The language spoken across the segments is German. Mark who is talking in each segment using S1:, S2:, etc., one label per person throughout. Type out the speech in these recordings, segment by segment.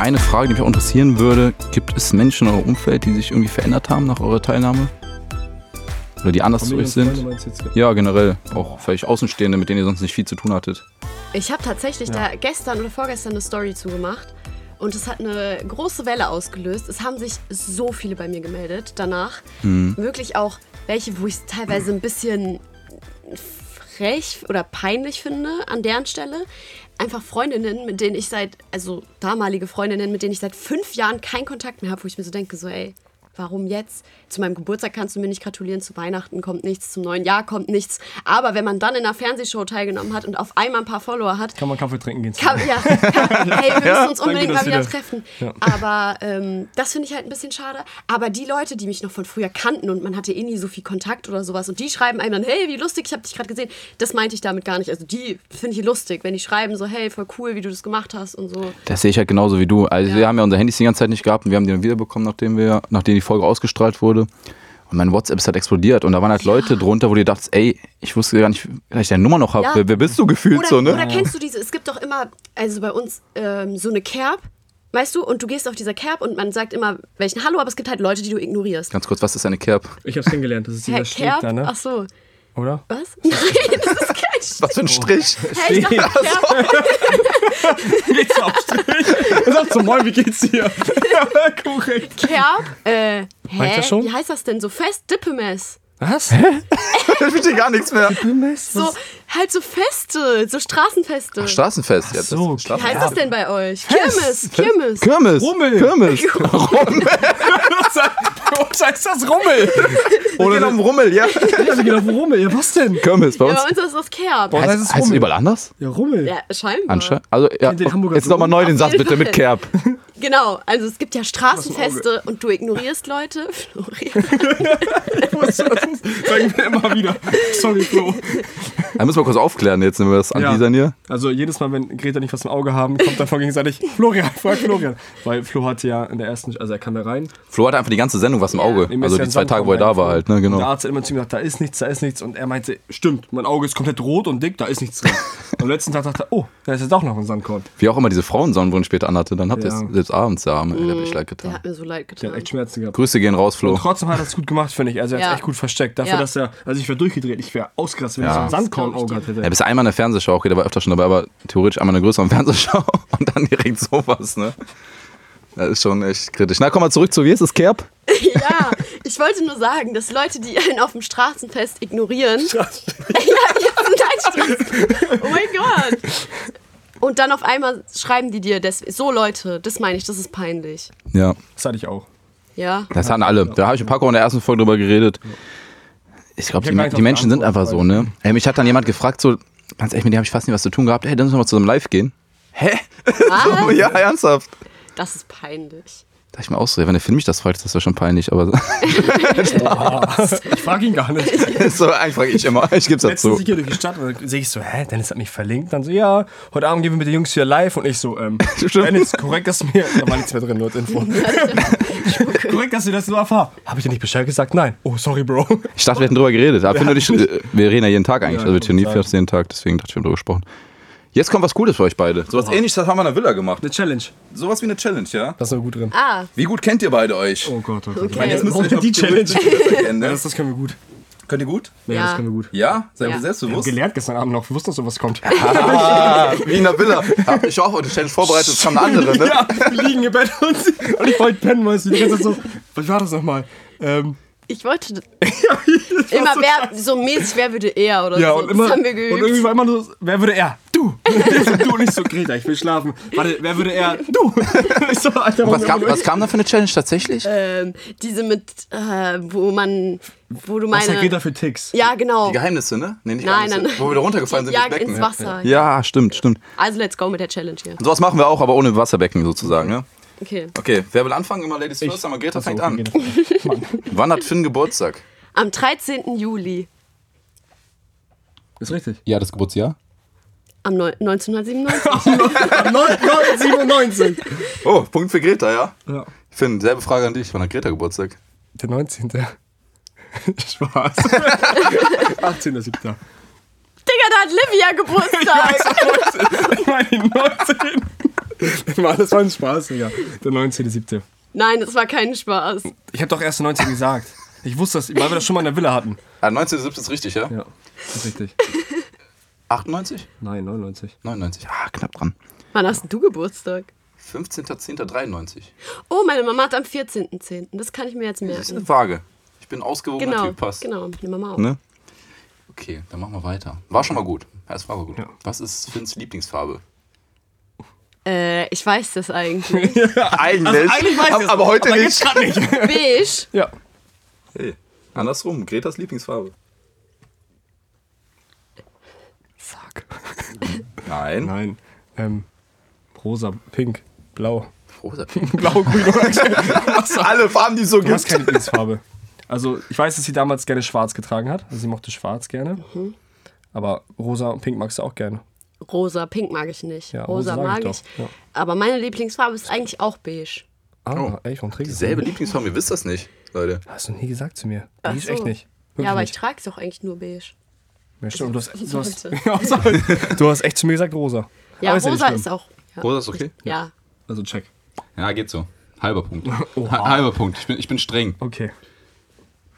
S1: eine Frage, die mich auch interessieren würde. Gibt es Menschen in eurem Umfeld, die sich irgendwie verändert haben nach eurer Teilnahme? Oder die anders zu euch sind? Ja, generell. Auch vielleicht Außenstehende, mit denen ihr sonst nicht viel zu tun hattet.
S2: Ich habe tatsächlich da gestern oder vorgestern eine Story zugemacht und es hat eine große Welle ausgelöst. Es haben sich so viele bei mir gemeldet danach. Wirklich auch welche, wo ich es teilweise ein bisschen frech oder peinlich finde an deren Stelle. Einfach Freundinnen, mit denen ich seit, also damalige Freundinnen, mit denen ich seit fünf Jahren keinen Kontakt mehr habe, wo ich mir so denke, so ey, warum jetzt? Zu meinem Geburtstag kannst du mir nicht gratulieren, zu Weihnachten kommt nichts, zum neuen Jahr kommt nichts. Aber wenn man dann in einer Fernsehshow teilgenommen hat und auf einmal ein paar Follower hat,
S3: Kann man Kaffee trinken gehen.
S2: kann, ja, kann, hey, wir müssen uns
S3: danke,
S2: unbedingt mal
S3: dass
S2: wieder
S3: wir das-
S2: treffen.
S3: Ja.
S2: Aber ähm, das finde ich halt ein bisschen schade. Aber die Leute, die mich noch von früher kannten und man hatte eh nie so viel Kontakt oder sowas und die schreiben einem dann, hey, wie lustig, ich habe dich gerade gesehen. Das meinte ich damit gar nicht. Also die finde ich lustig, wenn die schreiben so, hey, voll cool, wie du das gemacht hast und so.
S1: Das sehe ich halt genauso wie du. Also
S2: Ja.
S1: wir haben ja unser Handys die ganze Zeit nicht gehabt und wir haben die dann wiederbekommen, nachdem wir, nachdem die Folge ausgestrahlt wurde. Und mein WhatsApp ist halt explodiert und da waren halt Leute drunter, wo du dachtest, ey, ich wusste gar nicht, dass ich deine Nummer noch habe.
S2: Ja.
S1: Wer, wer bist du gefühlt
S2: Oder,
S1: so, ne?
S2: oder kennst du diese, es gibt doch immer, also bei uns ähm, so eine Kerb, weißt du, und du gehst auf dieser Kerb und man sagt immer welchen Hallo, aber es gibt halt Leute, die du ignorierst.
S1: Ganz kurz, was ist eine Kerb?
S3: Ich hab's kennengelernt, das ist
S2: Hä,
S3: dieser Steg
S2: Kerb?
S3: da, ne?
S2: Ach so,
S3: Oder?
S2: was? Nein, das ist kein
S1: Was für ein Strich?
S2: Hä, ich dachte, Kerb
S3: Geht's auf Strich? Sag zum Moin, wie geht's dir? Korrekt.
S2: Kerb? Äh,
S3: War ich
S2: hä?
S3: das schon?
S2: Wie heißt das denn? So fest? Dippemess.
S3: Was? Hä?
S1: Ich verstehe gar nichts mehr.
S2: So, halt so Feste, so Straßenfeste.
S1: Straßenfest. jetzt.
S3: so,
S1: Das-
S2: Wie heißt
S1: Straßenfest.
S2: das denn bei euch? Kirmes, Kirmes.
S1: Kirmes.
S3: Rummel.
S1: Kirmes.
S3: Was heißt das Rummel?
S1: Oder am Rummel, ja.
S3: Ja, wir gehen auf den Rummel. Ja, was denn?
S1: Kirmes bei
S2: Ja,
S1: uns.
S2: bei uns ist das Kerb.
S3: Boah,
S1: heißt
S3: das Also ist
S1: heißt es
S3: Rummel.
S1: überall anders?
S3: Ja, Rummel.
S2: Ja, scheinbar.
S1: Anscheinend. Also, ja.
S3: den Hamburger
S1: Jetzt nochmal neu den Satz
S2: jeden
S1: bitte mit
S2: Fall.
S1: Kerb.
S2: Genau, also es gibt ja Straßenfeste und du ignorierst Leute. Florian.
S3: Sagen wir immer wieder. Sorry, Flo.
S1: Da müssen wir kurz aufklären jetzt, wenn wir das anteasern hier.
S3: Also jedes Mal, wenn Greta nicht was im Auge haben, kommt davon gegenseitig Florian, frag Florian. Weil Flo hatte ja in der ersten, also er kam da rein.
S1: Flo hatte einfach die ganze Sendung was im Auge.
S3: Ihm ist
S1: Also
S3: ja
S1: die
S3: ein
S1: zwei
S3: Sand
S1: Tage, wo er da war
S3: reingefallen.
S1: halt, ne,
S3: Der
S1: genau.
S3: Arzt hat immer zu ihm gesagt, da ist nichts, da ist nichts. Und er meinte, stimmt, mein Auge ist komplett rot und dick, da ist nichts drin. und am letzten Tag dachte er, oh, da ist jetzt auch noch ein Sandkorn.
S1: Wie auch immer diese Frauensonnenbrillen später anhatte, dann habt ihr
S3: Ja.
S1: es selbst abends da, ey,
S2: Mhm.
S1: da hab ich leid
S2: Der
S1: getan.
S2: hat mir so leid
S3: Der hat
S2: getan.
S3: echt Schmerzen gehabt.
S1: Grüße gehen raus, Flo.
S3: Trotzdem hat er es gut gemacht, finde ich. Also er hat
S2: Ja.
S3: es echt gut versteckt. Dafür,
S2: Ja.
S3: dass er, also ich wäre durchgedreht, ich wäre ausgerastet, wenn
S1: Ja.
S3: ich so ein Sandkorn-Auge
S2: Das glaub ich
S3: hätte.
S1: Ja, bist einmal in der Fernsehschau, okay, der war öfter schon dabei, aber theoretisch einmal eine größere Fernsehschau und dann direkt sowas, ne? Das ist schon echt kritisch. Na, komm mal zurück zu, wie ist es, Kerb?
S2: Ja, ich wollte nur sagen, dass Leute, die einen auf dem Straßenfest ignorieren. ja, ja, nein, Straßen. Oh mein Gott. Und dann auf einmal schreiben die dir, das, so Leute, das meine ich, das ist peinlich.
S1: Ja,
S3: Das hatte ich auch.
S2: Ja.
S1: das hatten alle. Da habe ich mit Paco in der ersten Folge drüber geredet. Ich glaube,
S3: Ich hab
S1: die,
S3: gar
S1: Me-
S3: nicht
S1: die Menschen sind
S3: drauf
S1: einfach so, ne? Ey, mich hat dann jemand gefragt, so, ganz ehrlich, mit dem habe ich fast nie was zu tun gehabt. Ey, dann müssen wir mal zusammen live gehen.
S2: Was?
S1: ja, ernsthaft.
S2: Ah. Das ist peinlich.
S1: Da ich mir ausrede, wenn der Film mich das fragt, ist das ja schon peinlich, aber
S3: Ich frage ihn gar nicht.
S1: so einfach ich immer. Ich gebe es
S3: Letztens ich hier durch die Stadt und dann sehe ich so, hä, Dennis hat mich verlinkt. Dann so, ja, heute Abend gehen wir mit den Jungs hier live. Und ich so, ähm,
S1: Stimmt.
S3: Dennis, korrekt, dass mir... Da war nichts mehr drin, nur als Info. korrekt, dass du das nur erfahren. Habe ich dir nicht Bescheid gesagt? Nein. Oh, sorry, Bro.
S1: Ich dachte, wir hätten drüber geredet. Aber wir, dich, äh, wir reden ja jeden Tag eigentlich.
S3: Ja,
S1: also wir trainieren
S3: kann
S1: fast jeden Tag, deswegen dachte ich, wir haben drüber gesprochen. Jetzt kommt was Gutes für euch beide. Sowas ähnliches haben wir in der Villa gemacht.
S3: Eine Challenge.
S1: Sowas wie eine Challenge, ja?
S3: Das ist nur gut drin.
S2: Ah,
S1: Wie gut kennt ihr beide euch?
S3: Oh Gott, oh Gott.
S2: Okay. Jetzt
S3: müssen wir die Challenge.
S1: erkennen,
S3: Ja, das, das können wir gut.
S1: ne? Könnt ihr gut?
S3: Ja,
S2: Ja.
S3: das können wir gut.
S1: Ja? Seid
S2: Ja.
S1: ihr
S3: Wir haben
S1: selbstbewusst?
S3: gelernt gestern Abend noch. Wir wussten, dass sowas kommt.
S1: Ah, wie in der Villa. Hab ich auch heute Challenge vorbereitet, es kam eine andere, ne?
S3: Ja, wir liegen im Bett und, und ich wollte pennen, weißt du. Die ganze Zeit so, was war das nochmal? Ähm,
S2: ich wollte immer wer so mäßig, wer würde eher oder
S3: Ja,
S2: so.
S3: und immer.
S2: das haben wir
S3: Und irgendwie
S2: geübt.
S3: war immer nur, so, wer würde er? Du! du und ich so, Greta, ich will schlafen. Warte, wer würde er? Du! ich so, Alter,
S1: Was
S3: warum
S1: kam,
S3: immer nur
S1: was kam da für eine Challenge tatsächlich?
S2: Ähm, diese mit, äh, wo man, wo du
S3: ich? Was hat
S2: meine.
S3: Greta für Ticks?
S2: Ja, genau.
S1: Die Geheimnisse, ne? Nee, nicht
S2: Nein,
S1: Geheimnisse.
S2: nein.
S1: Wo wir wieder runtergefallen
S2: Die
S1: sind
S2: Jagd
S1: ins Becken.
S2: ins Wasser.
S1: ne? Ja, stimmt, stimmt.
S2: Also let's go mit der Challenge hier.
S1: Sowas machen wir auch, aber ohne Wasserbecken sozusagen, ne?
S2: Okay.
S1: Okay, wer will anfangen? Immer Ladies First, aber Greta fängt an.
S3: Mann.
S1: Wann hat Finn Geburtstag?
S2: Am 13. Juli
S3: Ist richtig.
S1: Ja, das Geburtsjahr.
S2: am neun- 1997.
S3: genau. 97!
S1: Oh, Punkt für Greta, ja?
S3: Ja.
S1: Finn, selbe Frage an dich. Wann hat Greta Geburtstag?
S3: Der 19. Spaß. 18.07.
S2: Digga, da hat Livia Geburtstag.
S3: Ich meine, den 19. das war ein Spaß, Digga. Der 19.7.
S2: Nein, das war kein Spaß.
S3: Ich habe doch erst den 19. gesagt. Ich wusste das, weil wir das schon mal in der Villa hatten.
S1: Ah, 19.7. ist richtig, ja?
S3: Ja, das ist richtig.
S1: 98?
S3: Nein, 99.
S1: 99. Ah, knapp dran.
S2: Wann hast denn du Geburtstag?
S1: 15.10.93.
S2: Oh, meine Mama hat am 14.10. Das kann ich mir jetzt
S1: Das ist
S2: merken.
S1: eine Waage. Ich bin ein ausgewogener
S2: Genau,
S1: Typ, passt.
S2: genau, meine Mama auch.
S1: Ne? Okay, dann machen wir weiter. War schon mal gut. Ja, es war aber gut.
S3: Ja.
S1: Was ist Finns Lieblingsfarbe?
S2: Äh, ich weiß das eigentlich.
S1: Eigentlich.
S3: Also ich es, aber jetzt grad nicht.
S2: Beige?
S3: Ja.
S1: Hey, andersrum. Gretas Lieblingsfarbe.
S3: Fuck.
S1: Nein.
S3: Nein. Ähm, rosa, pink, blau.
S1: Rosa.
S3: Blau, grün, orange.
S1: Alle Farben, die es so
S3: Du hast keine Lieblingsfarbe. Also, ich weiß, dass sie damals gerne schwarz getragen hat. Also, sie mochte schwarz gerne.
S1: Mhm.
S3: Aber rosa und pink magst du auch gerne.
S2: Rosa, pink mag ich nicht.
S3: Ja,
S2: rosa,
S3: rosa sag
S2: mag
S3: ich
S2: ich.
S3: doch, ja.
S2: Aber meine Lieblingsfarbe ist eigentlich auch beige.
S1: Oh.
S3: Ah, ey, warum trägst du
S1: Selbe
S3: das?
S1: Lieblingsfarbe, ihr wisst das nicht, Leute.
S3: Hast du nie gesagt zu mir.
S2: Ach
S3: Nee, ist
S2: so.
S3: echt nicht. Wirklich
S2: ja, aber ich
S3: nicht.
S2: trage es doch eigentlich nur beige.
S3: Ja, stimmt, du, hast, du, hast,
S2: Sollte.
S3: Ja, sollte. du hast echt zu mir gesagt rosa.
S2: Ja,
S3: Aber ja
S2: rosa
S3: nicht
S2: ist
S3: schlimm.
S2: auch. Ja.
S1: Rosa ist okay?
S2: ja.
S3: Also, check.
S1: Ja, geht so. Halber Punkt. Ha- Halber Punkt. Ich bin, ich bin streng.
S3: Okay.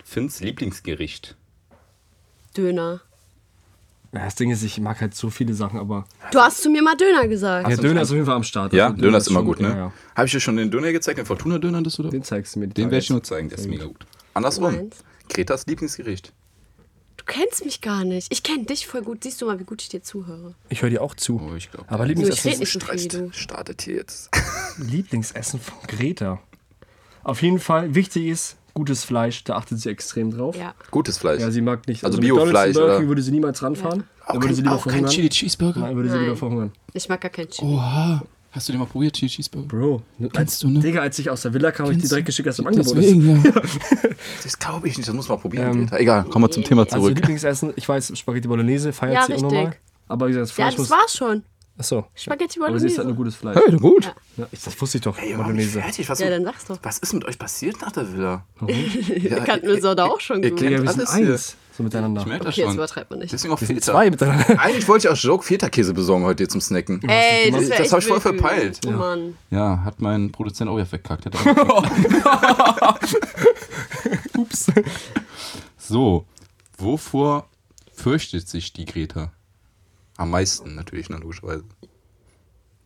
S1: Finns Lieblingsgericht.
S2: Döner.
S3: Ja, das Ding ist, ich mag halt so viele Sachen, aber.
S2: Du hast zu mir mal Döner gesagt.
S3: Ja,
S1: du
S3: Döner
S1: nicht-
S3: ist auf jeden Fall am Start.
S1: Ja,
S3: Also
S1: Döner ist immer
S3: schon-
S1: gut, ne?
S3: Ja, ja.
S1: Habe ich dir schon den Döner gezeigt, den Fortuna-Döner, das du
S3: Den zeigst du mir. die
S1: Den
S3: Tage
S1: werde ich nur
S3: jetzt.
S1: zeigen, der ist mega gut. Andersrum.
S2: Meins.
S1: Kretas Lieblingsgericht.
S2: Du kennst mich gar nicht. Ich kenne dich voll gut. Siehst du mal, wie gut ich dir zuhöre.
S3: Ich höre dir auch zu.
S1: Oh, ich glaub, der-
S3: aber
S2: Nur ich
S3: Lieblingsessen,
S2: rede nicht so viel wie
S1: Streicht.
S2: du.
S1: Startet hier jetzt.
S3: Lieblingsessen von Greta. Auf jeden Fall, wichtig ist, gutes Fleisch, da achtet sie extrem drauf.
S2: Ja.
S1: Gutes Fleisch.
S3: Ja, sie mag nicht.
S1: Also
S3: McDonald's
S1: Biofleisch,
S3: und Burger
S1: oder?
S3: King würde sie niemals ranfahren.
S1: auch
S3: Da würde sie
S1: kein,
S3: lieber
S1: auch kein
S3: verhungern.
S1: Chili Cheeseburger.
S3: Nein, würde sie
S2: Nein.
S3: lieber verhungern.
S2: Ich mag gar keinen
S3: Oh,
S2: Chili.
S1: Oha. Hast du den mal probiert, Chili Cheeseburger?
S3: Bro,
S1: Kennst du, ne?
S3: Digga, als ich aus der Villa kam, habe ich die direkt geschickt, dass im Angebot ist.
S1: Deswegen, ja. Das glaube ich nicht, das muss man probieren. Greta. Egal, kommen wir zum Thema
S3: Ähm, Also
S1: zurück.
S3: Lieblingsessen, ich weiß, Spaghetti Bolognese feiert
S2: Ja,
S3: sie auch
S2: richtig.
S3: nochmal. Aber wie gesagt, das
S2: Ja,
S3: Fleisch
S2: das
S3: muss.
S2: war's schon.
S3: Achso.
S2: Spaghetti
S3: Aber sie ist halt
S2: Bolognese.
S3: nur gutes Fleisch.
S1: Hey, gut.
S3: Ja, ich, das wusste ich doch,
S1: Ey, warum nicht
S3: Bolognese.
S1: fertig? Was,
S2: Ja, dann sag's doch.
S1: was ist mit euch passiert nach der Villa? e-
S2: Wir kannten uns doch da auch schon
S1: ihr
S2: gut.
S1: kennt
S3: Digga, wir sind
S1: alles hier.
S3: eins. So miteinander.
S1: Ich merke das
S2: Okay, jetzt
S1: schon.
S2: übertreibt man nicht.
S1: Deswegen auch
S3: Wir sind
S1: Feta.
S3: zwei miteinander.
S1: Eigentlich wollte ich auch Joke Feta-Käse besorgen heute hier zum Snacken.
S2: Ey, das, wär
S1: Das
S2: echt
S1: hab ich voll
S2: wild gewesen.
S1: verpeilt.
S2: Oh Mann.
S1: Ja, hat mein Produzent auch ja verkackt. Hat
S3: Ups.
S1: So, wovor fürchtet sich die Greta? Am meisten natürlich, ne, logischerweise.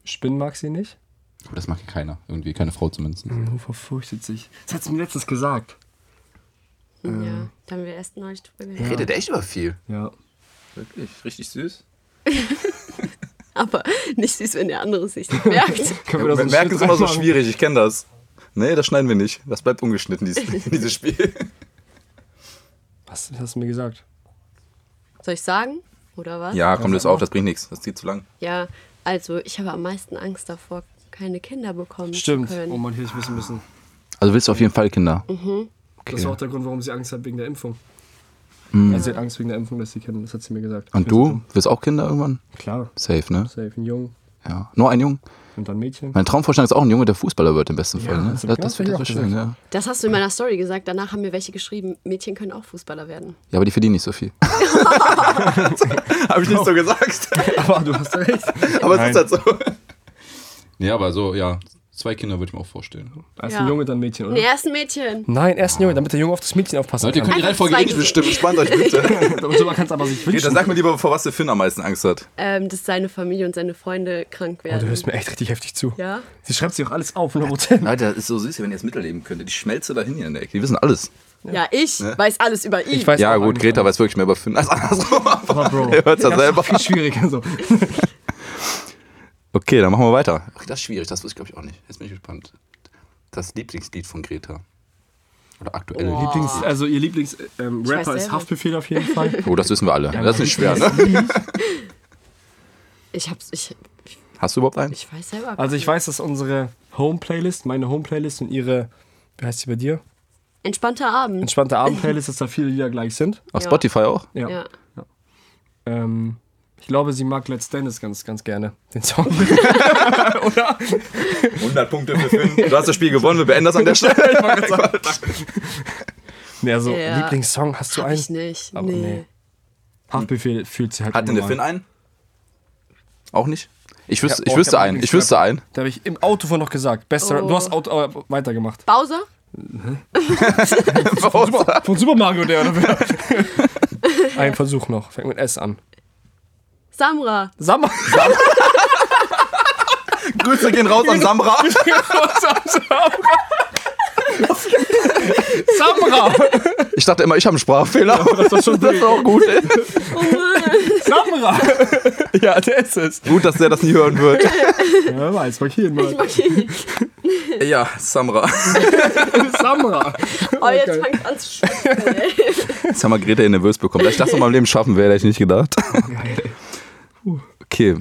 S3: Spinnen mag sie nicht.
S1: Aber das mag ja keiner, irgendwie, keine Frau zumindest.
S3: Wovor fürchtet sich? Das hat sie mir letztens gesagt.
S2: Ja, da haben wir erst neulich drüber geredet.
S1: Redet echt über viel.
S3: Ja.
S1: Wirklich, richtig süß.
S2: Aber nicht süß, wenn der andere es nicht merkt.
S3: Können
S1: Man
S3: einen
S1: merkt, es
S3: Schnitt
S1: ist immer so
S3: reinmachen?
S1: schwierig, ich kenne das. Nee, das schneiden wir nicht. Das bleibt ungeschnitten, dieses, dieses Spiel.
S3: Was hast du mir gesagt?
S2: Soll ich sagen? Oder was?
S1: Ja, komm, das auf, das bringt nichts. Das zieht zu lang.
S2: Ja, also ich habe am meisten Angst davor, keine Kinder bekommen
S3: Stimmt.
S2: zu können.
S3: Oh man, hätte ich wissen müssen.
S1: Also willst du auf jeden Fall Kinder?
S3: Das war auch der Grund, warum sie Angst hat wegen der Impfung. Also sie hat Angst wegen der Impfung, dass sie kennen. Das hat sie mir gesagt.
S1: Mhm. Und du willst auch Kinder irgendwann?
S3: Klar.
S1: Safe, ne?
S3: Safe, ein Jung
S1: Ja. Nur ein Junge.
S3: und dann Mädchen.
S1: Mein Traumvorstellung ist auch ein Junge, der Fußballer wird im besten Fall. Ne?
S3: das
S1: Das,
S3: hab ich
S1: das,
S3: auch
S1: wäre so
S3: gesagt.
S1: schön, ja.
S2: Das hast du in meiner Story gesagt. Danach haben mir welche geschrieben, Mädchen können auch Fußballer werden.
S1: Ja, aber die verdienen nicht so viel. Habe ich nicht so gesagt.
S3: Aber du hast recht.
S1: Aber
S3: es ist
S1: halt so. Nee, aber so, ja. Zwei Kinder würde ich mir auch vorstellen.
S3: Erst
S2: Ja.
S3: ein Junge, dann Mädchen, oder?
S2: Nee, er ist ein Mädchen.
S3: Nein, erst ein Junge, damit der Junge auf das Mädchen aufpassen
S1: Leute, ihr
S3: kann.
S1: könnt die
S2: Einfach
S1: Reihenfolge
S2: zwei
S1: eh nicht bestimmen.
S2: Kinder.
S1: Spannt euch bitte.
S3: So kann es aber sich wünschen.
S1: Dann sag mir lieber, vor was der Finn am meisten Angst hat.
S2: Ähm, dass seine Familie und seine Freunde krank
S3: Oh, du
S2: werden.
S3: hörst mir echt richtig heftig zu.
S2: Ja?
S3: Sie schreibt sich auch alles auf, 100%.
S1: Leute, das ist so süß, wenn ihr das miterleben könntet. Die schmelze dahin hier in der Ecke. Die wissen alles.
S2: ja, ich weiß alles über ihn.
S3: Ich weiß
S1: Ja,
S3: auch
S1: gut,
S3: eigentlich
S1: Greta weiß wirklich mehr über Finn als andersrum.
S3: Aber Bro,
S1: Ihr hört's ja
S3: das ist
S1: selber.
S3: Viel schwieriger so.
S1: Okay, dann machen wir weiter. Ach, das ist schwierig, das wusste ich glaube ich auch nicht. Jetzt bin ich gespannt. Das Lieblingslied von Greta. Oder aktuell.
S2: Oh.
S1: Lieblings-
S3: Lieblings, also ihr Lieblingsrapper ähm,
S2: weiß
S3: Rapper ist
S2: selber.
S3: Haftbefehl auf jeden Fall.
S1: Oh, das wissen wir alle. das ist nicht schwer, ne?
S2: Ich hab's, ich,
S1: Hast du überhaupt einen?
S2: ich weiß selber.
S3: Also ich weiß, dass unsere Home-Playlist, meine Home-Playlist und ihre, wie heißt sie bei dir?
S2: Entspannter Abend.
S3: Entspannte Abend-Playlist, dass da viele Lieder gleich sind.
S1: Auf
S2: Ja.
S1: Spotify auch?
S3: Ja.
S2: ja.
S3: Ähm, ich glaube, sie mag Let's Dennis ganz, ganz gerne, den Song.
S1: 100 Punkte für Finn. Du hast das Spiel gewonnen, wir beenden das an der Stelle.
S3: nee, also
S2: Ja.
S3: Lieblingssong, hast du
S2: Hab
S3: einen?
S2: ich nicht.
S3: Aber
S2: Nee.
S3: nee. Haftbefehl fühlt sie halt
S1: Hat denn der
S3: unnormal.
S1: Finn einen? Auch nicht? Ich wüsste, ich wüsste einen. Ich wüsste einen.
S3: Da habe ich im Auto vorhin noch gesagt. Bester,
S2: Oh.
S3: Du hast Auto, äh, weitergemacht.
S2: Bowser?
S3: Von Super Mario der oder wer? Ein Versuch noch. Fängt mit S an.
S2: Samra.
S3: Samra.
S1: Grüße gehen raus an Samra.
S3: Samra. Samra.
S1: Ich dachte immer, ich habe einen Sprachfehler. Das war schon das war auch gut. ey.
S3: Samra. Ja, der ist es.
S1: Gut, dass der das nie hören wird.
S3: Ja, weiß, markieren mal.
S1: Ja, Samra.
S3: Samra.
S2: Oh, jetzt fängt es an zu schwitzen, ey.
S1: Jetzt haben wir Greta hier nervös bekommen. Dass ich das noch mal im Leben schaffen werde, hätte ich nicht gedacht. Okay.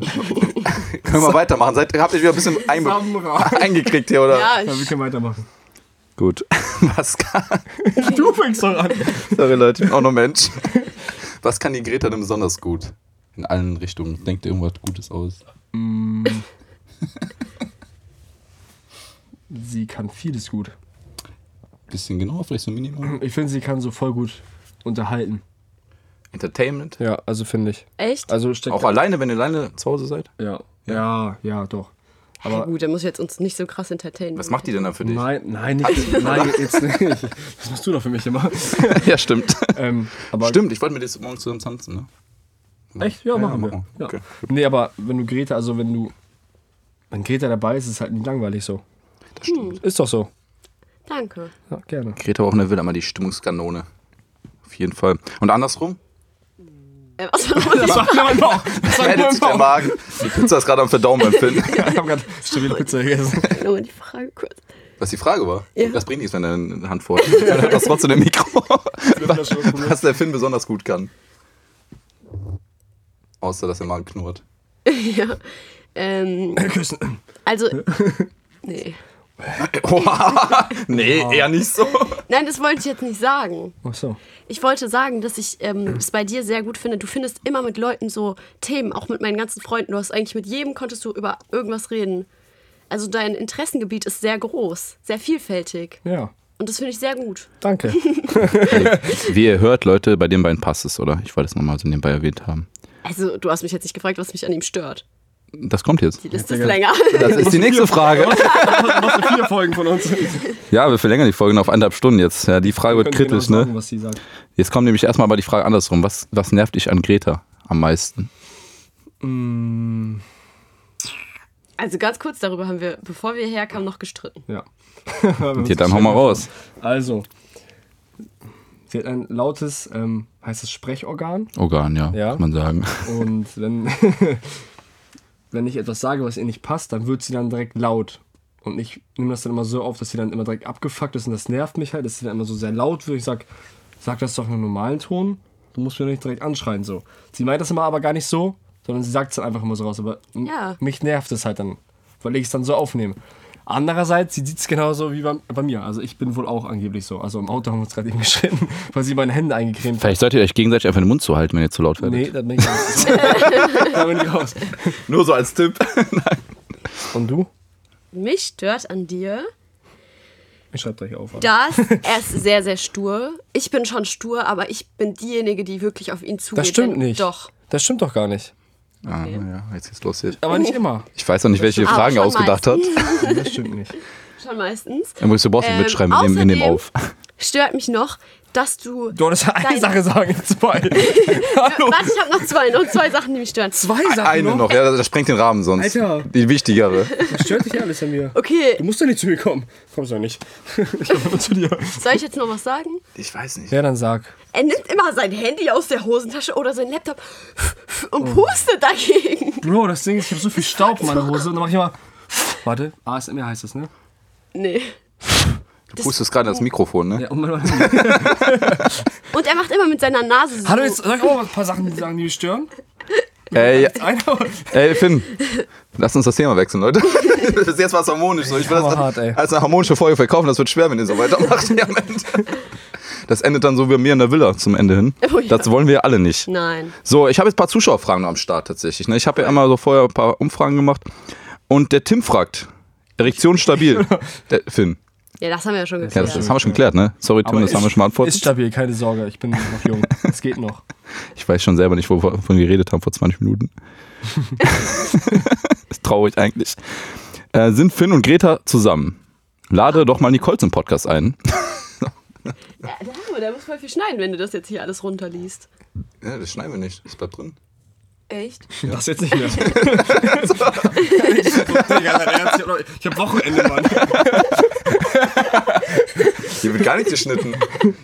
S1: Können wir weitermachen? Seid, habt ihr wieder ein bisschen einbe
S3: Samra.
S1: eingekriegt hier, oder?
S2: Ja,
S3: Ja, wir
S2: ich,
S3: können weitermachen.
S1: Gut. Was kann.
S3: Du fängst doch an.
S1: Sorry, Leute, ich bin auch nur Mensch. Was kann die Greta denn besonders gut? In allen Richtungen. Denkt ihr irgendwas Gutes aus?
S3: Sie kann vieles gut.
S1: Bisschen genauer, vielleicht so minimal.
S3: Ich finde, sie kann so voll gut unterhalten.
S1: Entertainment.
S3: Ja, also finde ich.
S2: echt?
S3: Also steckt
S1: Auch alleine, wenn ihr alleine zu Hause seid.
S3: Ja, ja, ja, doch.
S2: ja, gut, dann muss ich jetzt uns nicht so krass entertainen.
S1: Was macht die denn da für dich?
S3: Nein, nein, nicht, nein, jetzt nicht. Das machst du doch für mich immer.
S1: Ja, stimmt.
S3: Ähm, aber
S1: Stimmt, ich wollte mit dir jetzt morgen zusammen tanzen, ne?
S3: Echt? Ja, machen wir.
S1: machen wir.
S3: Ja.
S1: Okay.
S3: Nee, aber wenn du Greta, also wenn du. Wenn Greta dabei ist, ist es halt nicht langweilig so.
S1: Das stimmt.
S3: Ist doch so.
S2: Danke.
S3: Ja, gerne.
S1: Greta war auch eine Villa, mal die Stimmungskanone. Auf jeden Fall. Und andersrum?
S2: Äh, was war noch
S3: Das war nur ein Bauch. Das war
S1: Edit der Magen. Die Pizza ist gerade am Verdauen beim Finn.
S3: Ich hab grad stabile Pizza gegessen.
S2: die, nochmal die Frage kurz?
S1: Was die Frage war?
S2: Ja.
S1: Das bringt nichts, wenn er eine Hand vor. Dann hört das trotzdem im Mikro.
S3: das schon probiert.
S1: Was der Finn besonders gut kann. Außer, dass er Magen knurrt.
S2: Ja. Ähm,
S3: Küssen.
S2: also. Nee.
S1: Oha. nee, eher nicht so.
S2: Nein, das wollte ich jetzt nicht sagen.
S3: Ach so.
S2: Ich wollte sagen, dass ich ähm, es bei dir sehr gut finde. Du findest immer mit Leuten so Themen, auch mit meinen ganzen Freunden. Du hast eigentlich mit jedem konntest du über irgendwas reden. Also dein Interessengebiet ist sehr groß, sehr vielfältig.
S3: Ja,
S2: Und das finde ich sehr gut.
S3: danke.
S1: Wie ihr hört, Leute, bei den beiden passt es, oder? Ich wollte es nochmal so nebenbei erwähnt haben.
S2: Also, du hast mich jetzt nicht gefragt, was mich an ihm stört.
S1: Das kommt jetzt.
S2: Die
S3: Ja,
S2: Liste ist
S3: sehr
S2: länger.
S1: Das ist die nächste Frage.
S3: Machst du Also vier Folgen von uns?
S1: Ja, wir verlängern die Folgen auf anderthalb Stunden jetzt. Ja, die Frage wird kritisch,
S3: genau
S1: ne?
S3: sagen, was sie sagt.
S1: Jetzt kommt nämlich erstmal aber die Frage andersrum. Was, was nervt dich an Greta am meisten?
S3: Mm,
S2: Also ganz kurz darüber haben wir, bevor wir herkamen, noch gestritten.
S3: Ja.
S1: Hier, dann hau mal raus.
S3: Also, sie hat ein lautes, ähm, heißt es Sprechorgan.
S1: Organ, ja,
S3: Ja.
S1: kann man sagen.
S3: Und wenn, wenn ich etwas sage, was ihr nicht passt, dann wird sie dann direkt laut. Und ich nehme das dann immer so auf, dass sie dann immer direkt abgefuckt ist und das nervt mich halt, dass sie dann immer so sehr laut wird. Ich sag, sag das doch in einem normalen Ton. Du musst mir nicht direkt anschreien so. Sie meint das immer aber gar nicht so, sondern sie sagt es dann einfach immer so raus. Aber m-
S2: Ja.
S3: mich nervt es halt dann, weil ich es dann so aufnehme. Andererseits, sie sieht es genauso wie bei, bei mir. Also ich bin wohl auch angeblich so. Also im Auto haben wir uns gerade eben geschritten, weil sie meine Hände eingecremt hat.
S1: Vielleicht solltet ihr euch gegenseitig einfach den Mund zuhalten, wenn ihr zu laut werdet.
S3: Nee, da bin ich raus. da bin ich raus.
S1: Nur so als Tipp.
S3: Und du?
S2: Mich stört an dir,
S3: Ich schreibe gleich auf. Alter.
S2: dass er ist sehr, sehr stur. Ich bin schon stur, aber ich bin diejenige, die wirklich auf ihn zugeht.
S3: Das stimmt
S2: Denn-
S3: nicht.
S2: Doch.
S3: Das stimmt doch gar nicht.
S1: Ah, ja, jetzt geht's los hier.
S3: Aber nicht immer. Also
S1: Ich weiß noch nicht, welche
S2: Aber
S1: Fragen er
S2: Ah, schon
S1: ausgedacht hat.
S3: Das stimmt nicht.
S2: Schon meistens.
S1: Dann musst du Boston
S2: Ähm,
S1: mitschreiben, wir nehmen, wir nehmen
S2: außerdem-
S1: auf.
S2: Stört mich noch, dass du.
S3: Du wolltest ja eine
S2: Deine-
S3: Sache sagen, jetzt zwei. Hallo.
S2: Warte, ich habe noch zwei. Noch zwei Sachen, die mich stören.
S3: Zwei Sachen
S1: Eine noch, ja, das sprengt den Rahmen sonst.
S3: Alter.
S1: Die wichtigere.
S3: Das stört dich alles an mir. Du
S2: Okay,
S3: musst doch nicht zu mir kommen. Kommst doch nicht. Ich komme immer zu dir.
S2: soll ich jetzt noch was sagen?
S1: Ich weiß nicht.
S3: Ja, dann sag.
S2: Er nimmt immer sein Handy aus der Hosentasche oder sein Laptop
S3: Oh.
S2: und pustet dagegen.
S3: Bro, das Ding ist, ich habe so viel Staub in meiner Hose. Und dann mache ich immer. Warte, ASMR heißt das, ne?
S2: Nee.
S1: Du pustest gerade das Mikrofon, ne?
S3: Ja, und mein Hallo,
S2: Und er macht immer mit seiner Nase so.
S3: jetzt sag ich auch mal ein paar Sachen, die sagen, die mich stören.
S1: Ey,
S3: Einer.
S1: ey, Äh, Finn, lass uns das Thema wechseln, Leute. Bis jetzt war es harmonisch. So. Ich will das
S3: Hammerhart, ey.
S1: als eine harmonische Folge verkaufen. Das wird schwer, wenn ihr so weitermacht. Ja, Mensch. das endet dann so wie bei mir in der Villa zum Ende hin.
S2: Oh ja. Ne.
S1: Das wollen wir alle nicht.
S2: Nein.
S1: So, ich habe jetzt ein paar Zuschauerfragen noch am Start tatsächlich. Ne? Ich habe ja immer so vorher ein paar Umfragen gemacht. Und der Tim fragt, Erektion stabil. der Finn.
S2: Ja, das haben wir ja schon
S1: Ja,
S2: geklärt.
S1: das, das haben wir schon geklärt, ne? Sorry, Tim, das haben wir schon mal
S3: Ist
S1: antwortet.
S3: stabil, keine Sorge. Ich bin noch jung. Es geht noch.
S1: Ich weiß schon selber nicht, wovon wir geredet haben vor 20 Minuten. traurig eigentlich. Äh, sind Finn und Greta zusammen? Lade doch mal Nicole zum Podcast ein.
S2: Ja, da, da muss man viel schneiden, wenn du das jetzt hier alles runterliest.
S1: Ja, das schneiden wir nicht. Das bleibt drin.
S2: Echt?
S3: Das jetzt nicht mehr. ich ich habe Wochenende, Mann.
S1: Hier wird gar nicht geschnitten.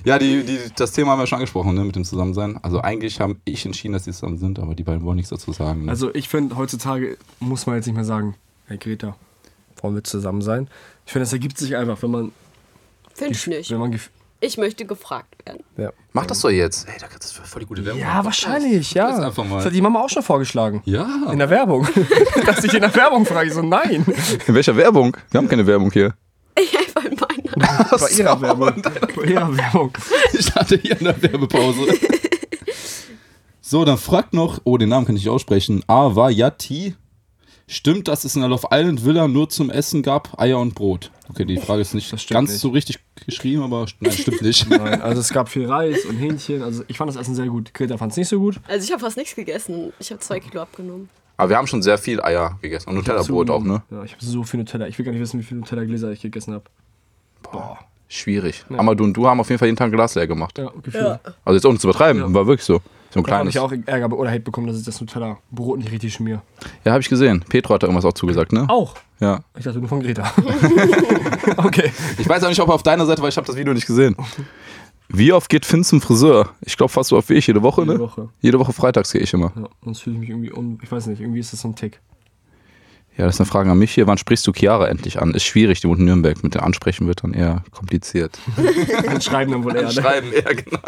S1: Ja, die, die, das Thema haben wir schon angesprochen, ne, mit dem Zusammensein. Also eigentlich haben ich entschieden, dass sie zusammen sind, aber die beiden wollen nichts dazu sagen. Ne?
S3: Also ich finde, heutzutage muss man jetzt nicht mehr sagen, hey Greta, wollen wir zusammen sein? Ich finde, das ergibt sich einfach, wenn man...
S2: Finde ich nicht.
S3: Wenn man gef-
S2: Ich möchte gefragt werden.
S3: ja.
S1: Mach das doch jetzt. Hey, da kannst du voll die gute Werbung
S3: ja, wahrscheinlich, ja.
S1: das einfach mal.
S3: Das hat die Mama auch schon vorgeschlagen.
S1: Ja.
S3: In der Werbung. Dass ich in der Werbung frage, ich so nein.
S1: In welcher Werbung? Wir haben keine Werbung hier.
S2: Einfach in meiner.
S3: Bei ihrer Werbung. Bei ihrer Werbung.
S1: Ich hatte hier eine Werbepause. So, dann fragt noch, oh, den Namen kann ich nicht aussprechen. Awayati. Stimmt, dass es in der Love Island Villa nur zum Essen gab Eier und Brot? Okay, die Frage ist nicht
S3: stimmt
S1: ganz
S3: nicht.
S1: so richtig geschrieben, aber st- nein, stimmt nicht.
S3: Nein, also es gab viel Reis und Hähnchen. Also ich fand das Essen sehr gut. Greta fand es nicht so gut.
S2: Also ich habe fast nichts gegessen. Ich habe zwei Kilo abgenommen.
S1: Aber wir haben schon sehr viel Eier gegessen. Und Nutella-Brot auch, ne?
S3: Ja, ich habe so viel Nutella. Ich will gar nicht wissen, wie viele Nutella-Gläser ich gegessen habe. Boah.
S1: Schwierig. Aber du und du haben auf jeden Fall jeden Tag ein Glas leer gemacht.
S3: Ja, Gefühl.
S1: Also jetzt ohne zu übertreiben, war wirklich so. So ein
S3: Da habe
S1: kleines.
S3: ich auch Ärger oder Hate bekommen, dass ich das Nutella-Brot nicht richtig schmier.
S1: Ja, habe ich gesehen. Petro hat da irgendwas auch zugesagt, ne?
S3: Auch.
S1: Ja.
S3: Ich dachte nur von Greta. okay.
S1: Ich weiß auch nicht, ob er auf deiner Seite war, ich habe das Video nicht gesehen. Wie oft geht Finn zum Friseur? Ich glaube fast so oft wie ich, jede Woche,
S3: Jede
S1: ne?
S3: Woche.
S1: Jede Woche freitags gehe ich immer.
S3: Ja, sonst fühle ich mich irgendwie un... Ich weiß nicht, irgendwie ist das so ein Tick.
S1: Ja, das ist eine Frage an mich hier. Wann sprichst du Chiara endlich an? Ist schwierig, die wohnt in Nürnberg. Mit dem Ansprechen wird dann eher kompliziert.
S3: Dann schreiben dann wohl eher. ne?
S1: eher, genau.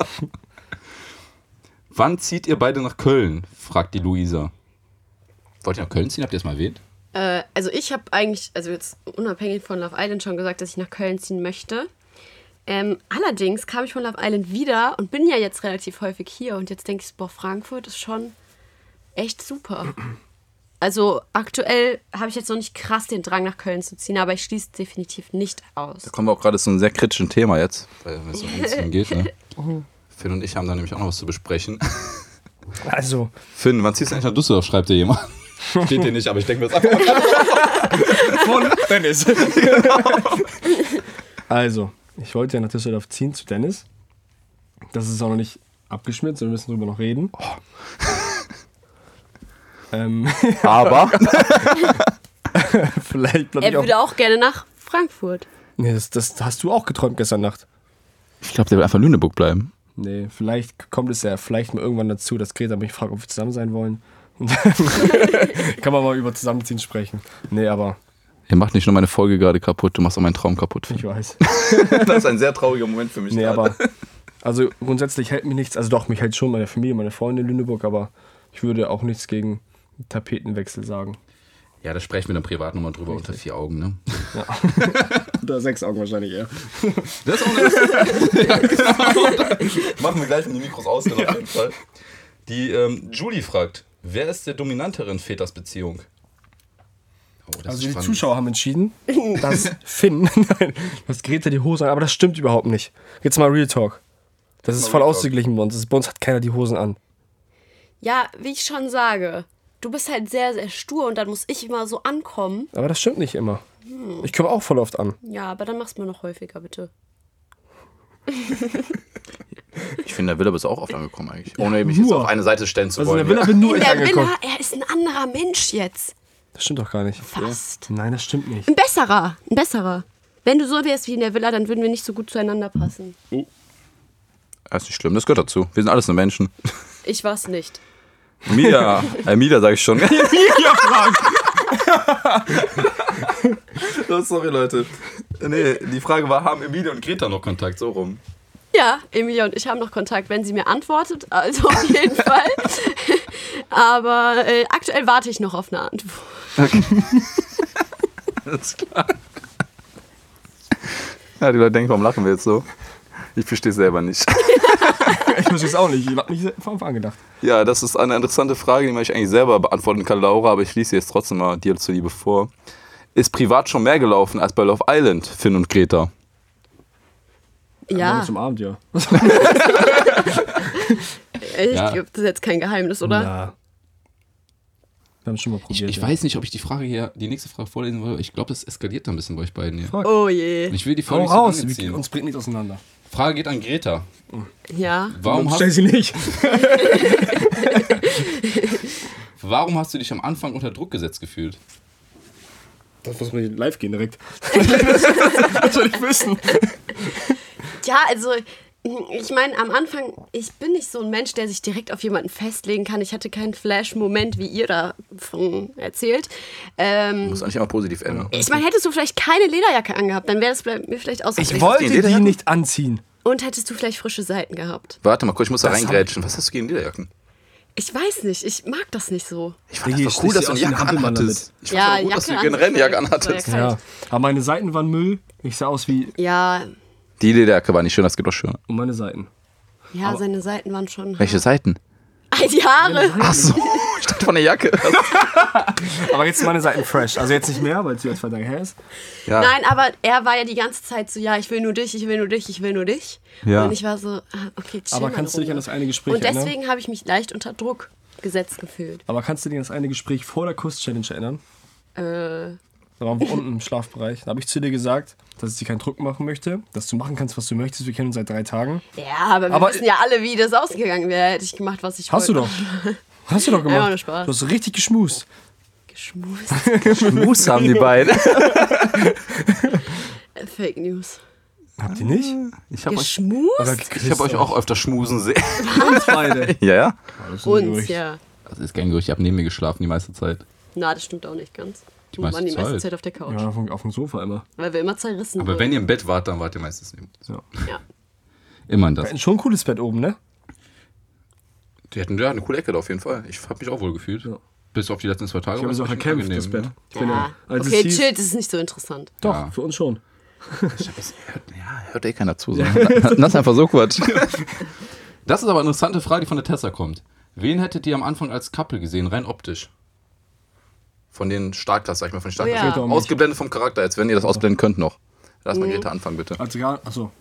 S1: Wann zieht ihr beide nach Köln? fragt die Luisa. Wollt ihr nach Köln ziehen? Habt ihr das mal erwähnt?
S2: Äh, also ich habe eigentlich, also jetzt unabhängig von Love Island schon gesagt, dass ich nach Köln ziehen möchte. Ähm, allerdings kam ich von Love Island wieder und bin ja jetzt relativ häufig hier und jetzt denke ich, boah, Frankfurt ist schon echt super. Also aktuell habe ich jetzt noch nicht krass den Drang nach Köln zu ziehen, aber ich schließe es definitiv nicht aus.
S1: Da kommen wir auch gerade zu einem sehr kritischen Thema jetzt, weil wenn es um Umziehen geht, ne? Finn und ich haben da nämlich auch noch was zu besprechen.
S3: Also,
S1: Finn, wann ziehst du eigentlich nach Düsseldorf? Schreibt dir jemand. Steht dir nicht, aber ich denke mir das einfach mal.
S3: von Dennis. also, ich wollte ja nach Düsseldorf ziehen zu Dennis. Das ist auch noch nicht abgeschmiert, sondern wir müssen drüber noch reden. ähm,
S1: Aber
S3: vielleicht glaube ich
S2: Er
S3: auch.
S2: würde auch gerne nach Frankfurt.
S3: Nee, das, das hast du auch geträumt gestern Nacht.
S1: ich glaube, der will einfach in Lüneburg bleiben.
S3: Nee, vielleicht kommt es ja vielleicht mal irgendwann dazu, dass Greta mich fragt, ob wir zusammen sein wollen. Und kann man mal über Zusammenziehen sprechen. Nee, aber
S1: Ihr macht nicht nur meine Folge gerade kaputt, du machst auch meinen Traum kaputt.
S3: ich weiß.
S1: Das ist ein sehr trauriger Moment für mich.
S3: Nee, aber. Also grundsätzlich hält mich nichts, also doch, mich hält schon meine Familie, meine Freunde in Lüneburg, aber ich würde auch nichts gegen Tapetenwechsel sagen.
S1: ja, da sprechen wir dann privat nochmal drüber unter vier Augen, ne?
S3: Oder sechs Augen wahrscheinlich eher.
S1: Das ist auch eine ja, genau. Machen wir gleich, wenn die Mikros aus sind, auf jeden Fall. Die ähm, Julie fragt, wer ist der dominantere in Vetas Beziehung? Oh, das
S3: Also
S1: ist
S3: die
S1: spannend.
S3: Zuschauer haben entschieden, dass Finn, nein, dass Greta die Hosen an, aber das stimmt überhaupt nicht. Jetzt mal Real Talk. Das ist
S1: mal
S3: voll
S1: Real Talk.
S3: ausgeglichen bei uns. Das- Bei uns hat keiner die Hosen an.
S2: Ja, wie ich schon sage, du bist halt sehr, sehr stur und dann muss ich immer so ankommen.
S3: Aber das stimmt nicht immer. Ich komme auch voll oft an.
S2: Ja, aber dann mach's mir noch häufiger, bitte.
S1: Ich finde, der Wille ist auch oft angekommen eigentlich. Ohne mich jetzt
S3: nur.
S1: auf eine Seite stellen zu wollen. ja.
S3: Also bin nur
S2: In der Villa, er ist ein anderer Mensch jetzt.
S3: Das stimmt doch gar nicht.
S2: Fast.
S3: Nein, das stimmt nicht.
S2: Ein besserer, ein besserer. Wenn du so wärst wie in der Villa, dann würden wir nicht so gut zueinander passen.
S1: Das ist nicht schlimm, das gehört dazu. Wir sind alles nur Menschen.
S2: Ich war's nicht.
S1: Mia, äh, Mia sage ich schon.
S3: Ja, Frank.
S1: Sorry, Leute. Nee, die Frage war, haben Emilia und Greta noch Kontakt? So rum.
S2: Ja, Emilia und ich haben noch Kontakt, wenn sie mir antwortet. Also auf jeden Fall. Aber äh, aktuell warte ich noch auf eine Antwort.
S1: Alles klar. Ja, die Leute denken, warum lachen wir jetzt so? Ich verstehe selber nicht.
S3: Ich verstehe es auch nicht. Ich habe mich von Anfang an gedacht.
S1: Ja, das ist eine interessante Frage, die man ich eigentlich selber beantworten kann, Laura, aber ich schließe jetzt trotzdem mal dir zuliebe vor. Ist privat schon mehr gelaufen als bei Love Island, Finn und Greta?
S2: Ja,
S3: Morgens Zum Abend, ja.
S2: ich
S1: Ja.
S2: glaube, das ist jetzt kein Geheimnis, oder?
S3: Ja. Wir haben es schon mal
S1: Ich,
S3: probiert.
S1: ich
S3: ja.
S1: weiß nicht, ob ich die Frage hier, die nächste Frage vorlesen will. Ich glaube, das eskaliert da ein bisschen bei euch beiden hier.
S2: Oh je.
S1: Ich will die Folge nicht
S3: Hau
S1: so
S3: raus,
S1: lange
S3: wir,
S1: ziehen.
S3: uns bringt nichts auseinander.
S1: Frage geht an Greta.
S2: Ja.
S1: Warum hast,
S3: Stell sie nicht.
S1: warum hast du dich am Anfang unter Druck gesetzt gefühlt?
S3: Das muss man live gehen direkt. das soll ich wissen.
S2: Ja, also ich meine, am Anfang, ich bin nicht so ein Mensch, der sich direkt auf jemanden festlegen kann. Ich hatte keinen Flash-Moment, wie ihr davon erzählt. Ähm,
S4: Muss eigentlich immer positiv ändern.
S2: ich meine, hättest du vielleicht keine Lederjacke angehabt, dann wäre das vielleicht- mir vielleicht
S3: Ich
S2: ausgewichen.
S3: wollte die
S4: Lederjacke?
S3: nicht anziehen.
S2: Und hättest du vielleicht frische Seiten gehabt.
S4: Warte mal kurz, ich muss da
S3: Das
S4: reingrätschen. Was hast du gegen Lederjacken?
S2: Ich weiß nicht, ich mag das nicht so.
S4: Ich fand
S3: Digi,
S4: das doch cool,
S3: schließ
S4: dass
S3: sie
S4: du eine
S3: aus dem
S4: Jacke
S3: Hampelmann
S4: anhattest. Ich fand
S2: Ja,
S4: auch gut, dass
S2: Jacke
S4: du generell eine Jacke anhattest.
S2: Ja,
S3: Ja. Aber meine Seiten waren Müll. Ich sah aus wie.
S2: Ja,
S4: Die Lederjacke war nicht schön, das gibt doch schön.
S3: Und meine Seiten.
S2: ja, seine Seiten waren schon.
S4: Welche Seiten?
S2: Ah, die Haare!
S4: Ach so, ich dachte von der Jacke.
S3: Aber jetzt sind meine Seiten fresh. Also jetzt nicht mehr, weil sie jetzt zwei Tage her ist.
S4: Ja.
S2: Nein, aber er war ja die ganze Zeit so, ja, ich will nur dich, ich will nur dich, ich will nur dich.
S4: Ja.
S2: Und ich war so, ah, okay, chill
S3: Aber
S2: mal
S3: kannst du
S2: eine
S3: dich an
S2: Runde.
S3: das eine Gespräch
S2: Und
S3: erinnern?
S2: deswegen habe ich mich leicht unter Druck gesetzt gefühlt.
S3: Aber kannst du dir an das eine Gespräch vor der Kuss-Challenge erinnern?
S2: Äh,
S3: Da waren wir unten im Schlafbereich. Da habe ich zu dir gesagt, dass ich dir keinen Druck machen möchte, dass du machen kannst, was du möchtest. Wir kennen uns seit drei Tagen.
S2: ja, aber wir
S3: Aber-
S2: wissen ja alle, wie das ausgegangen wäre. Hätte ich gemacht, was ich
S3: Hast du
S2: wollte.
S3: doch. Hast du doch gemacht.
S2: Einfach nur Spaß.
S3: Du hast richtig geschmust.
S2: Geschmust.
S4: Schmus haben die beiden.
S2: Fake News.
S3: Habt ihr nicht?
S4: Ich habe euch,
S2: Geschmust?
S4: ich hab euch auch öfter schmusen sehen.
S3: Uns beide.
S4: Ja, ja?
S3: Alles ein
S2: Uns,
S3: Gerücht.
S2: ja.
S1: Das ist kein Gerücht, ich habe neben mir geschlafen die meiste Zeit.
S2: Na, das stimmt auch nicht ganz.
S1: Die
S2: Wir waren die
S1: meiste
S2: meiste
S1: Zeit.
S2: Zeit auf der Couch.
S3: Ja, auf dem- auf dem Sofa immer.
S2: Weil wir immer zerrissen
S1: Aber wenn
S2: wurden.
S1: ihr im Bett wart, dann wart ihr meistens neben.
S3: Ja.
S2: Ja.
S1: Immer in
S3: Wir
S1: das.
S3: hatten schon ein cooles Bett oben, ne?
S4: Die hatten ja eine coole Ecke da auf jeden Fall. Ich habe mich auch wohl gefühlt.
S3: Ja.
S1: Bis auf die letzten zwei Tage.
S3: Ich habe es auch erkämpft, das Bett.
S1: ne?
S4: ne?
S3: Ich bin
S2: Ja.
S3: als
S2: Okay,
S3: es hieß-
S2: chill, das ist nicht so interessant.
S3: Doch,
S1: Ja.
S3: für uns schon.
S4: Ja, hört eh keiner zu. So. Lass einfach so Quatsch.
S1: Das ist aber eine interessante Frage, die von der Tessa kommt. Wen hättet ihr am Anfang als Couple gesehen, rein optisch?
S4: Von den Startklassen, sag ich mal, von den
S2: Oh ja.
S4: Startklassen.
S2: Fehlt doch
S3: nicht.
S4: Ausgeblendet vom Charakter, jetzt, wenn ihr das ausblenden könnt noch. Lass
S2: Mhm.
S4: mal Greta anfangen, bitte.
S3: Also gar, achso,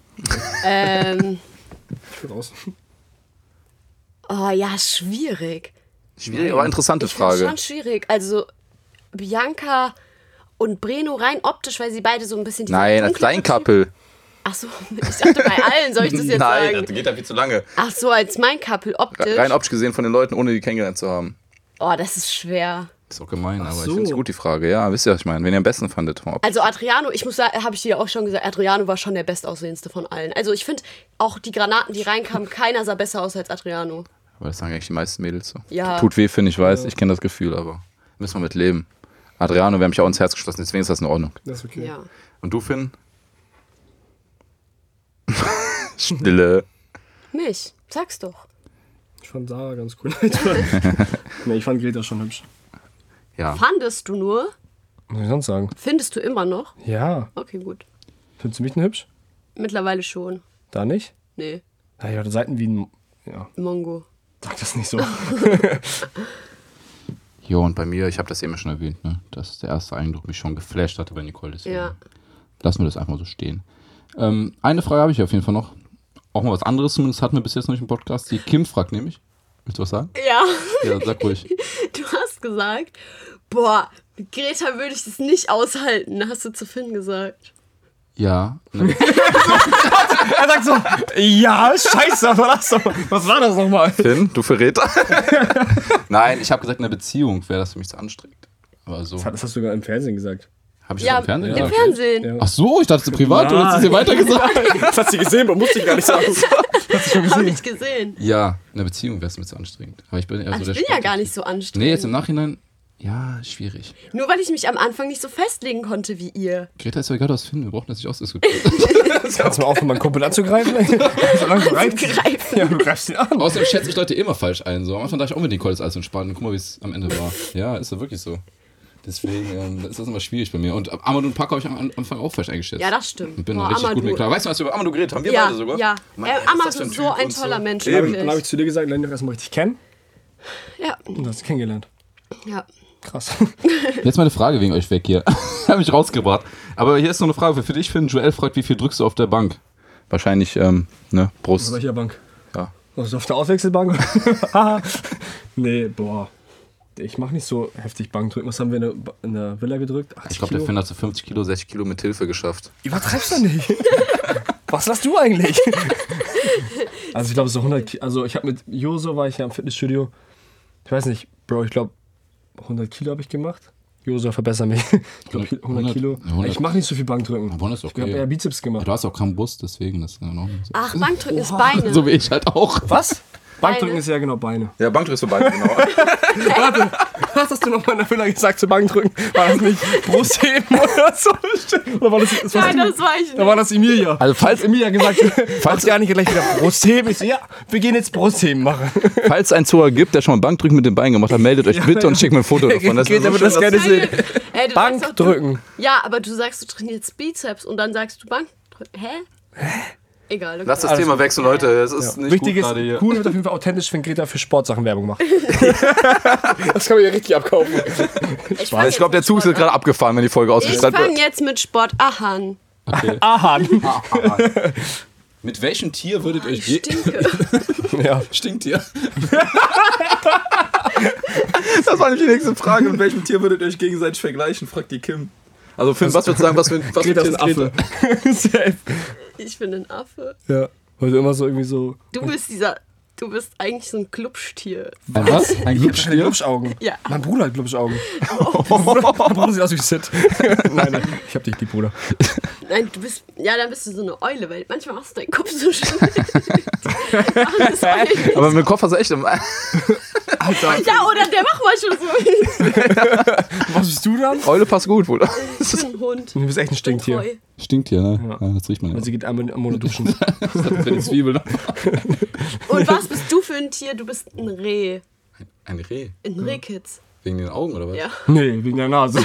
S2: ähm,
S3: ich bin raus.
S2: oh ja, schwierig.
S4: Schwierige, aber interessante
S2: Ich find's
S4: Frage.
S2: schon schwierig. Also Bianca und Breno rein optisch, weil sie beide so ein bisschen diese
S4: Nein, als
S2: dunklen-
S4: Kleinkappel.
S2: Ach so, ich dachte bei allen, soll ich das jetzt
S4: Nein, das
S2: sagen?
S4: geht da viel zu lange.
S2: Ach so, als mein Couple optisch.
S4: Rein optisch gesehen von den Leuten, ohne die kennengelernt zu haben.
S2: oh, das ist schwer.
S1: Ist auch gemein, aber
S3: so.
S1: ich
S4: Ist gut die Frage, ja. Wisst ihr, was ich meine? Wen ihr am besten fandet vom Optisch.
S2: Also Adriano, ich muss sagen, habe ich dir auch schon gesagt, Adriano war schon der bestaussehendste von allen. Also ich finde auch die Granaten, die reinkamen, keiner sah besser aus als Adriano.
S4: Aber das sagen eigentlich die meisten Mädels so.
S2: Ja.
S4: Tut weh, finde ich, weiß. Ich kenne das Gefühl, aber müssen wir mit leben. Adriano, wir haben mich auch ins Herz geschlossen, deswegen ist das in Ordnung.
S3: Das ist okay.
S2: Ja.
S4: Und du, Finn? Stille.
S2: Mich, sag's doch.
S3: Ich fand Sarah ganz cool. nee, ich fand Greta schon hübsch.
S4: Ja.
S2: Fandest du nur?
S3: Was soll ich sonst sagen?
S2: Findest du immer noch?
S3: Ja.
S2: Okay, gut.
S3: Findest du mich denn hübsch?
S2: Mittlerweile schon.
S3: Da nicht?
S2: Nee,
S3: Ja, ich hatte Seiten wie ein... Ja,
S2: Mongo.
S3: sag das nicht so.
S1: Jo, und bei mir, ich habe das eben schon erwähnt, ne? dass der erste Eindruck mich schon geflasht hatte bei Nicole. Deswegen
S2: Ja.
S1: Lassen wir das einfach mal so stehen. Ähm, eine Frage habe ich auf jeden Fall noch. Auch mal was anderes, zumindest hatten wir bis jetzt noch nicht im Podcast. Die Kim fragt nämlich. Willst du was sagen?
S2: Ja.
S1: Ja, sag ruhig.
S2: Du hast gesagt, boah, mit Greta würde ich das nicht aushalten, hast du zu Finn gesagt.
S1: Ja. Ne?
S3: er sagt so, ja, scheiße, was war das, doch- was war das nochmal?
S4: Finn, du Verräter.
S1: Nein, ich habe gesagt, in einer Beziehung wäre das für mich zu anstrengend. Aber so.
S3: Das hast du sogar im Fernsehen gesagt.
S1: Habe ich
S2: ja,
S1: das im Fernsehen?
S2: im
S1: gesagt?
S2: Fernsehen.
S3: Ja.
S1: Ach so, ich dachte, es ist privat. Du hast es
S3: Nein.
S1: dir weitergesagt.
S3: Das hast du gesehen, aber musste ich gar nicht sagen.
S2: Habe ich gesehen.
S1: Ja, in einer Beziehung wäre es mir zu anstrengend. Aber ich bin eher so
S2: Also
S1: der
S2: ich bin ja
S1: Sportliche.
S2: gar nicht so anstrengend.
S1: Nee, jetzt im Nachhinein, ja, schwierig.
S2: Nur weil ich mich am Anfang nicht so festlegen konnte wie ihr.
S1: Greta ist ja gerade aus Finn, wir brauchen das nicht ausdiskutieren.
S3: Kannst du mal aufhören, meinen Kumpel anzugreifen? Solange du greifst.
S2: Anzugreifen.
S3: Ja, du greifst ihn an.
S1: Außerdem schätze ich Leute immer falsch ein. So. Am Anfang dachte ich auch mit Nicole ist alles entspannt. Guck mal, wie es am Ende war. Ja, ist ja wirklich so. Deswegen ähm, ist das immer schwierig bei mir. Und Amadou und Paco habe ich am am Anfang auch falsch eingeschätzt.
S2: Ja, das stimmt.
S1: Und bin
S2: Boah,
S1: noch richtig gut
S2: Amadou.
S1: mit klar. Weißt du, was wir über Amadou geredet haben? Wir
S2: ja,
S1: beide sogar. Oh
S2: ja.
S4: Mann,
S2: äh,
S4: was ist das
S2: Amazon,
S4: für ein
S2: so
S4: Typ
S2: ein
S4: und so.
S2: toller Mensch.
S3: Eben, dann habe ich
S2: wirklich.
S3: zu dir gesagt, lerne ihn doch erstmal richtig kennen.
S2: Ja,
S3: Und hast ihn kennengelernt.
S2: ja.
S3: Krass.
S1: Jetzt mal eine Frage wegen euch weg hier. habe mich rausgebracht. Aber hier ist noch eine Frage für- für dich, Finn. Joel fragt, wie viel drückst du auf der Bank?
S4: Wahrscheinlich, ähm, ne,
S3: Auf
S4: Brust.
S3: welcher Bank?
S4: Ja.
S3: Also auf der Auswechselbank? nee, boah. Ich mache nicht so heftig Bankdrücken. Was haben wir in der, Ba- in der Villa gedrückt? 80
S4: Ich glaube, der
S3: Kilo?
S4: Finn hat so 50 Kilo, 60 Kilo mit Hilfe geschafft.
S3: Übertreibst du nicht. Was lachst du eigentlich? also ich glaube, so 100 Kilo. Also ich habe mit Joso war ich ja im Fitnessstudio. Ich weiß nicht, Bro, ich glaube, 100 Kilo habe ich gemacht. Joso, verbessere mich. Ich glaube, 100 Kilo.
S1: 100.
S3: Ich mache nicht so viel Bankdrücken.
S1: Aber das ist
S3: Ich habe
S1: okay.
S3: eher Bizeps gemacht.
S1: Du hast auch keinen Brust, deswegen das ist ja noch nicht so.
S2: Ach, Bankdrücken ist Beine.
S1: So wie ich halt auch.
S3: Was? Bankdrücken
S2: Beine.
S3: ist ja genau Beine.
S4: Ja, Bankdrück ist vorbei, genau.
S3: Warte, was hast du nochmal in der Villa gesagt zu Bankdrücken? War das nicht Brustheben oder so? Oder war das, das warst
S2: Nein,
S3: du?
S2: das war ich
S3: Da
S2: nicht.
S3: war das Emilia.
S4: Also falls-
S3: Emilia gesagt, falls gar nicht gleich wieder Brustheben. Ich so, ja, wir gehen jetzt Brustheben machen.
S4: Falls ein Zoa gibt, der schon mal Bankdrücken mit dem Bein gemacht hat, meldet euch bitte und schickt mir ein Foto davon.
S3: Geht,
S4: wäre so
S3: damit
S4: schön,
S3: das gerne
S4: dass-
S3: sehen.
S2: Ey, du sagst doch, du-
S3: Bankdrücken.
S2: Ja, aber du sagst, du trainierst Bizeps und dann sagst du Bankdrücken. Hä? Egal. Okay.
S4: Lass das Thema wechseln, Leute. Es ist nicht
S3: Wichtig
S4: gut
S3: ist,
S4: gerade hier.
S3: cool wird auf jeden Fall authentisch, wenn Greta für Sportsachen Werbung macht. das kann man ja richtig abkaufen.
S2: ich
S4: Ich glaube, der Zug ist
S2: Sport
S4: gerade abgefahren, wenn die Folge
S2: Ich
S4: ausgestrahlt
S2: fange
S4: wird.
S2: jetzt mit Sport an.
S3: Aha.
S1: Mit welchem Tier würdet euch
S2: Ah, Ich stinke.
S3: Ja.
S1: Stinkt ihr?
S4: Das war nämlich die nächste Frage. Mit welchem Tier würdet ihr euch gegenseitig vergleichen? Fragt die Kim. Also Finn, was würdest du sagen, was für ein was für ein
S3: Greta
S4: Tier
S3: ist ein Affe. Safe.
S2: Ich bin ein Affe.
S3: Ja. Weil du immer so irgendwie so.
S2: Du bist dieser. Du bist eigentlich so ein Klubstier.
S1: Ein was? Ein
S3: Keine
S1: Glubschtier?
S3: Glubschaugen.
S2: Ja. Oh.
S3: Mein Bruder hat Glubschaugen. Mein Bruder, mein Bruder sieht aus wie Sid. nein, nein, ich hab dich lieb, Bruder.
S2: Nein, du bist. Ja, dann bist du so eine Eule, weil manchmal machst du deinen Kopf so schön. Alles Eulen.
S4: Aber mit dem Kopf hast du echt.
S3: Alter,
S2: ja, oder der macht mal schon so.
S3: was bist du dann?
S4: Eule passt gut, Bruder.
S2: Ich bin ein Hund.
S3: Du bist echt ein Stinktier.
S2: Treu.
S1: Stinkt ihr, ne? Ja. das riecht man ja.
S3: Und sie geht einmal am Monat duschen.
S1: auch. Für die Zwiebel.
S2: Und was bist du für ein Tier? Du bist ein Reh.
S4: Ein Reh.
S2: Ein Rehkitz.
S4: Wegen den Augen, oder was?
S2: Ja.
S3: nee, wegen der Nase.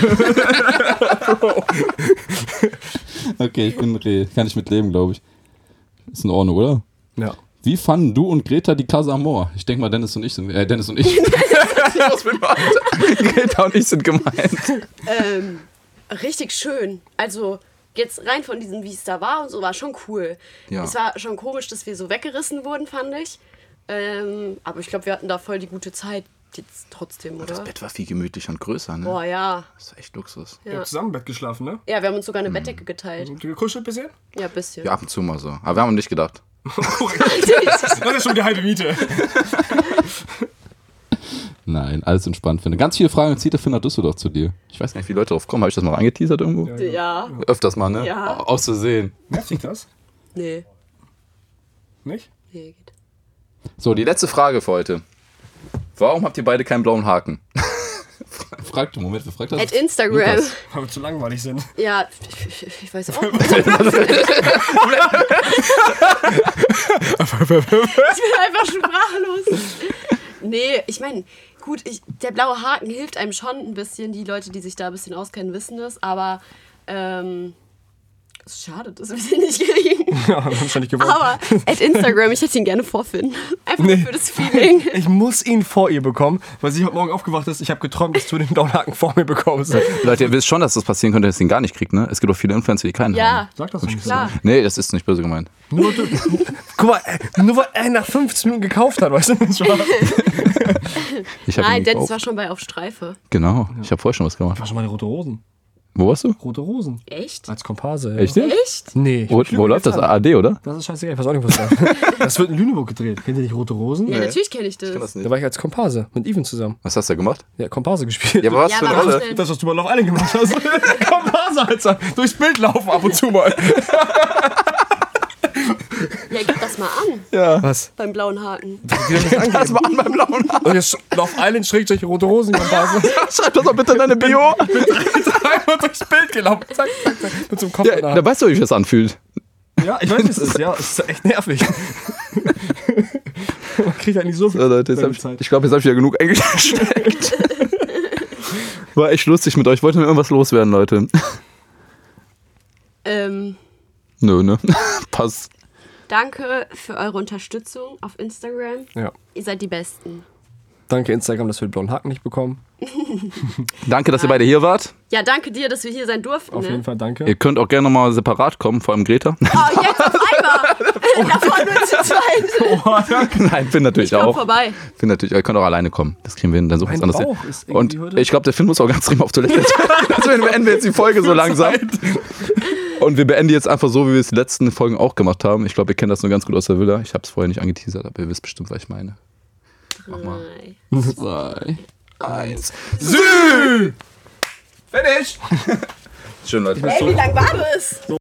S1: Okay, ich bin ein Reh. Kann ich mit leben, glaube ich. Ist in Ordnung, oder?
S3: Ja.
S1: Wie fanden du und Greta die Casa Amor? Ich denke mal, Dennis und ich sind. Äh, Dennis und ich.
S4: Was für ein Alter. Greta und ich sind gemeint.
S2: Ähm, richtig schön. Also jetzt rein von diesem, wie es da war und so, war schon cool.
S4: Ja.
S2: Es war schon komisch, dass wir so weggerissen wurden, fand ich. Ähm, aber ich glaube, wir hatten da voll die gute Zeit jetzt trotzdem, oder?
S4: Das Bett war viel gemütlicher und größer, ne?
S2: Boah, ja.
S4: Das ist echt Luxus.
S3: Ihr habt zusammen im Bett geschlafen, ne?
S2: Ja, wir haben uns sogar eine Bettdecke geteilt.
S3: Habt ihr gekuschelt bisher?
S2: Ja, ein bisschen.
S4: Mhm. Ja, ab und zu mal so. Aber wir haben nicht gedacht.
S3: Das ist schon die halbe Miete.
S1: Nein, alles entspannt finde. Ganz viele Fragen zieht der Finn nach Düsseldorf zu dir. Ich weiß
S4: Weiß gar nicht, wie Leute drauf kommen. Habe ich das mal angeteasert irgendwo?
S2: ja.
S4: Öfters mal, ne?
S2: Ja.
S4: Au- Aus Versehen.
S3: Nervt dich das?
S2: Nee.
S3: Nicht?
S2: Nee, geht.
S4: So, die letzte Frage für heute. Warum habt ihr beide keinen blauen Haken?
S1: nicht. Fragt, Moment, wer fragt das?
S2: At Instagram.
S1: Lukas.
S3: Weil wir zu langweilig sind.
S2: Ja, ich, ich, ich weiß auch. nicht. ich bin einfach sprachlos. Nee, ich meine, gut, ich, der blaue Haken hilft einem schon ein bisschen. Die Leute, die sich da ein bisschen auskennen, wissen das. Aber ähm, es ist schade, dass wir den nicht kriegen.
S3: Ja, wir haben schon nicht gewonnen.
S2: Aber at Instagram, ich hätte ihn gerne vorfinden. Einfach
S3: Nee.
S2: für das Feeling.
S3: Ich muss ihn vor ihr bekommen, weil sie heute Morgen aufgewacht ist. Ich habe geträumt, dass du den Downhaken vor mir bekommst.
S4: Leute, ihr wisst schon, dass das passieren könnte, dass ihr ihn gar nicht kriegt, ne? Es gibt auch viele Influencer, die keinen
S2: Ja,
S4: haben.
S3: Sag das doch nicht
S2: klar.
S4: Nee, das ist nicht böse gemeint.
S3: so. Nur du, guck mal, ey, nur weil er nach 15 Minuten gekauft hat, weißt du nicht Ich
S4: Ich hab ihn
S2: Nein,
S4: nicht
S2: Dennis
S4: auf.
S2: war schon bei Auf Streife.
S4: Genau, ich habe vorher schon was gemacht.
S3: war schon mal eine rote Rosen.
S4: Wo warst du?
S3: Rote Rosen.
S2: Echt?
S3: Als Komparse. Ja.
S4: Echt? jetzt?
S2: Echt?
S3: Nee. ich
S4: Wo,
S3: hab
S4: wo läuft das?
S3: getan.
S4: AD, oder?
S3: Das ist scheißegal, ich weiß auch nicht, was das ist. Das wird in Lüneburg gedreht. Kennt ihr nicht Rote Rosen?
S2: Ja, natürlich kenne ich das.
S3: Da war ich als Komparse mit Even zusammen.
S4: Was hast du gemacht?
S3: Ja, Komparse gespielt.
S4: Ja, aber was
S2: Ja,
S4: für eine
S2: aber was
S4: Rolle?
S2: denn?
S3: Das, was du bei Love Island gemacht hast. Komparse, Alter. Durchs Bild laufen ab und zu mal.
S2: Ja, gib das mal an
S3: Was?
S2: beim blauen Haken.
S4: Das war an meinem blauen Haken.
S3: Und jetzt Love Island schrägt durch rote Rosen Komparse.
S4: Schreib das doch bitte in deine Bio.
S3: Einmal durchs Bild gelaufen. Zack, zack, zack. Mit so einem Kopf
S4: Ja,
S3: in der
S4: da
S3: Hand.
S4: weißt du, wie sich das anfühlt.
S3: Ja, ich weiß, wie es ist. Ja, es ist echt nervig. Man kriegt halt nicht so viel.
S1: Oh,
S4: So, Leute, jetzt hab ich,
S3: Zeit.
S4: ich glaube, jetzt habe ich ja genug eingesteckt. War echt lustig mit euch. Wollten wir irgendwas loswerden, Leute?
S2: Ähm,
S4: Nö, ne? Passt.
S2: danke für eure Unterstützung auf Instagram.
S3: Ja.
S2: Ihr seid die Besten.
S3: Danke Instagram, dass wir den blauen Haken nicht bekommen.
S4: Danke, dass ihr beide hier wart.
S2: Ja, danke dir, dass wir hier sein durften.
S3: Auf
S2: ne?
S3: jeden Fall danke.
S4: Ihr könnt auch gerne nochmal separat kommen, vor allem Greta.
S2: Oh, jetzt auf einmal! Davon nur zu zweit.
S1: Nein, Finn natürlich
S2: Ich komm
S1: auch.
S2: vorbei.
S1: Finn natürlich, ihr könnt auch alleine kommen. Das kriegen wir hin, dann suchen wir uns
S3: Mein
S1: anders hin.
S3: Bauch ist irgendwie
S1: Und
S3: heute-
S1: ich glaube, der Finn muss auch ganz dringend auf Toilette. Deswegen beenden wir jetzt die Folge so langsam. Und wir beenden jetzt einfach so, wie wir es die letzten Folgen auch gemacht haben. Ich glaube, ihr kennt das nur ganz gut aus der Villa. Ich habe es vorher nicht angeteasert, aber ihr wisst bestimmt, was ich meine. Mach mal.
S2: Nein.
S3: Zwei.
S1: Eins. Sü! Finish! Schön, Leute.
S2: Ey, wie lang war das?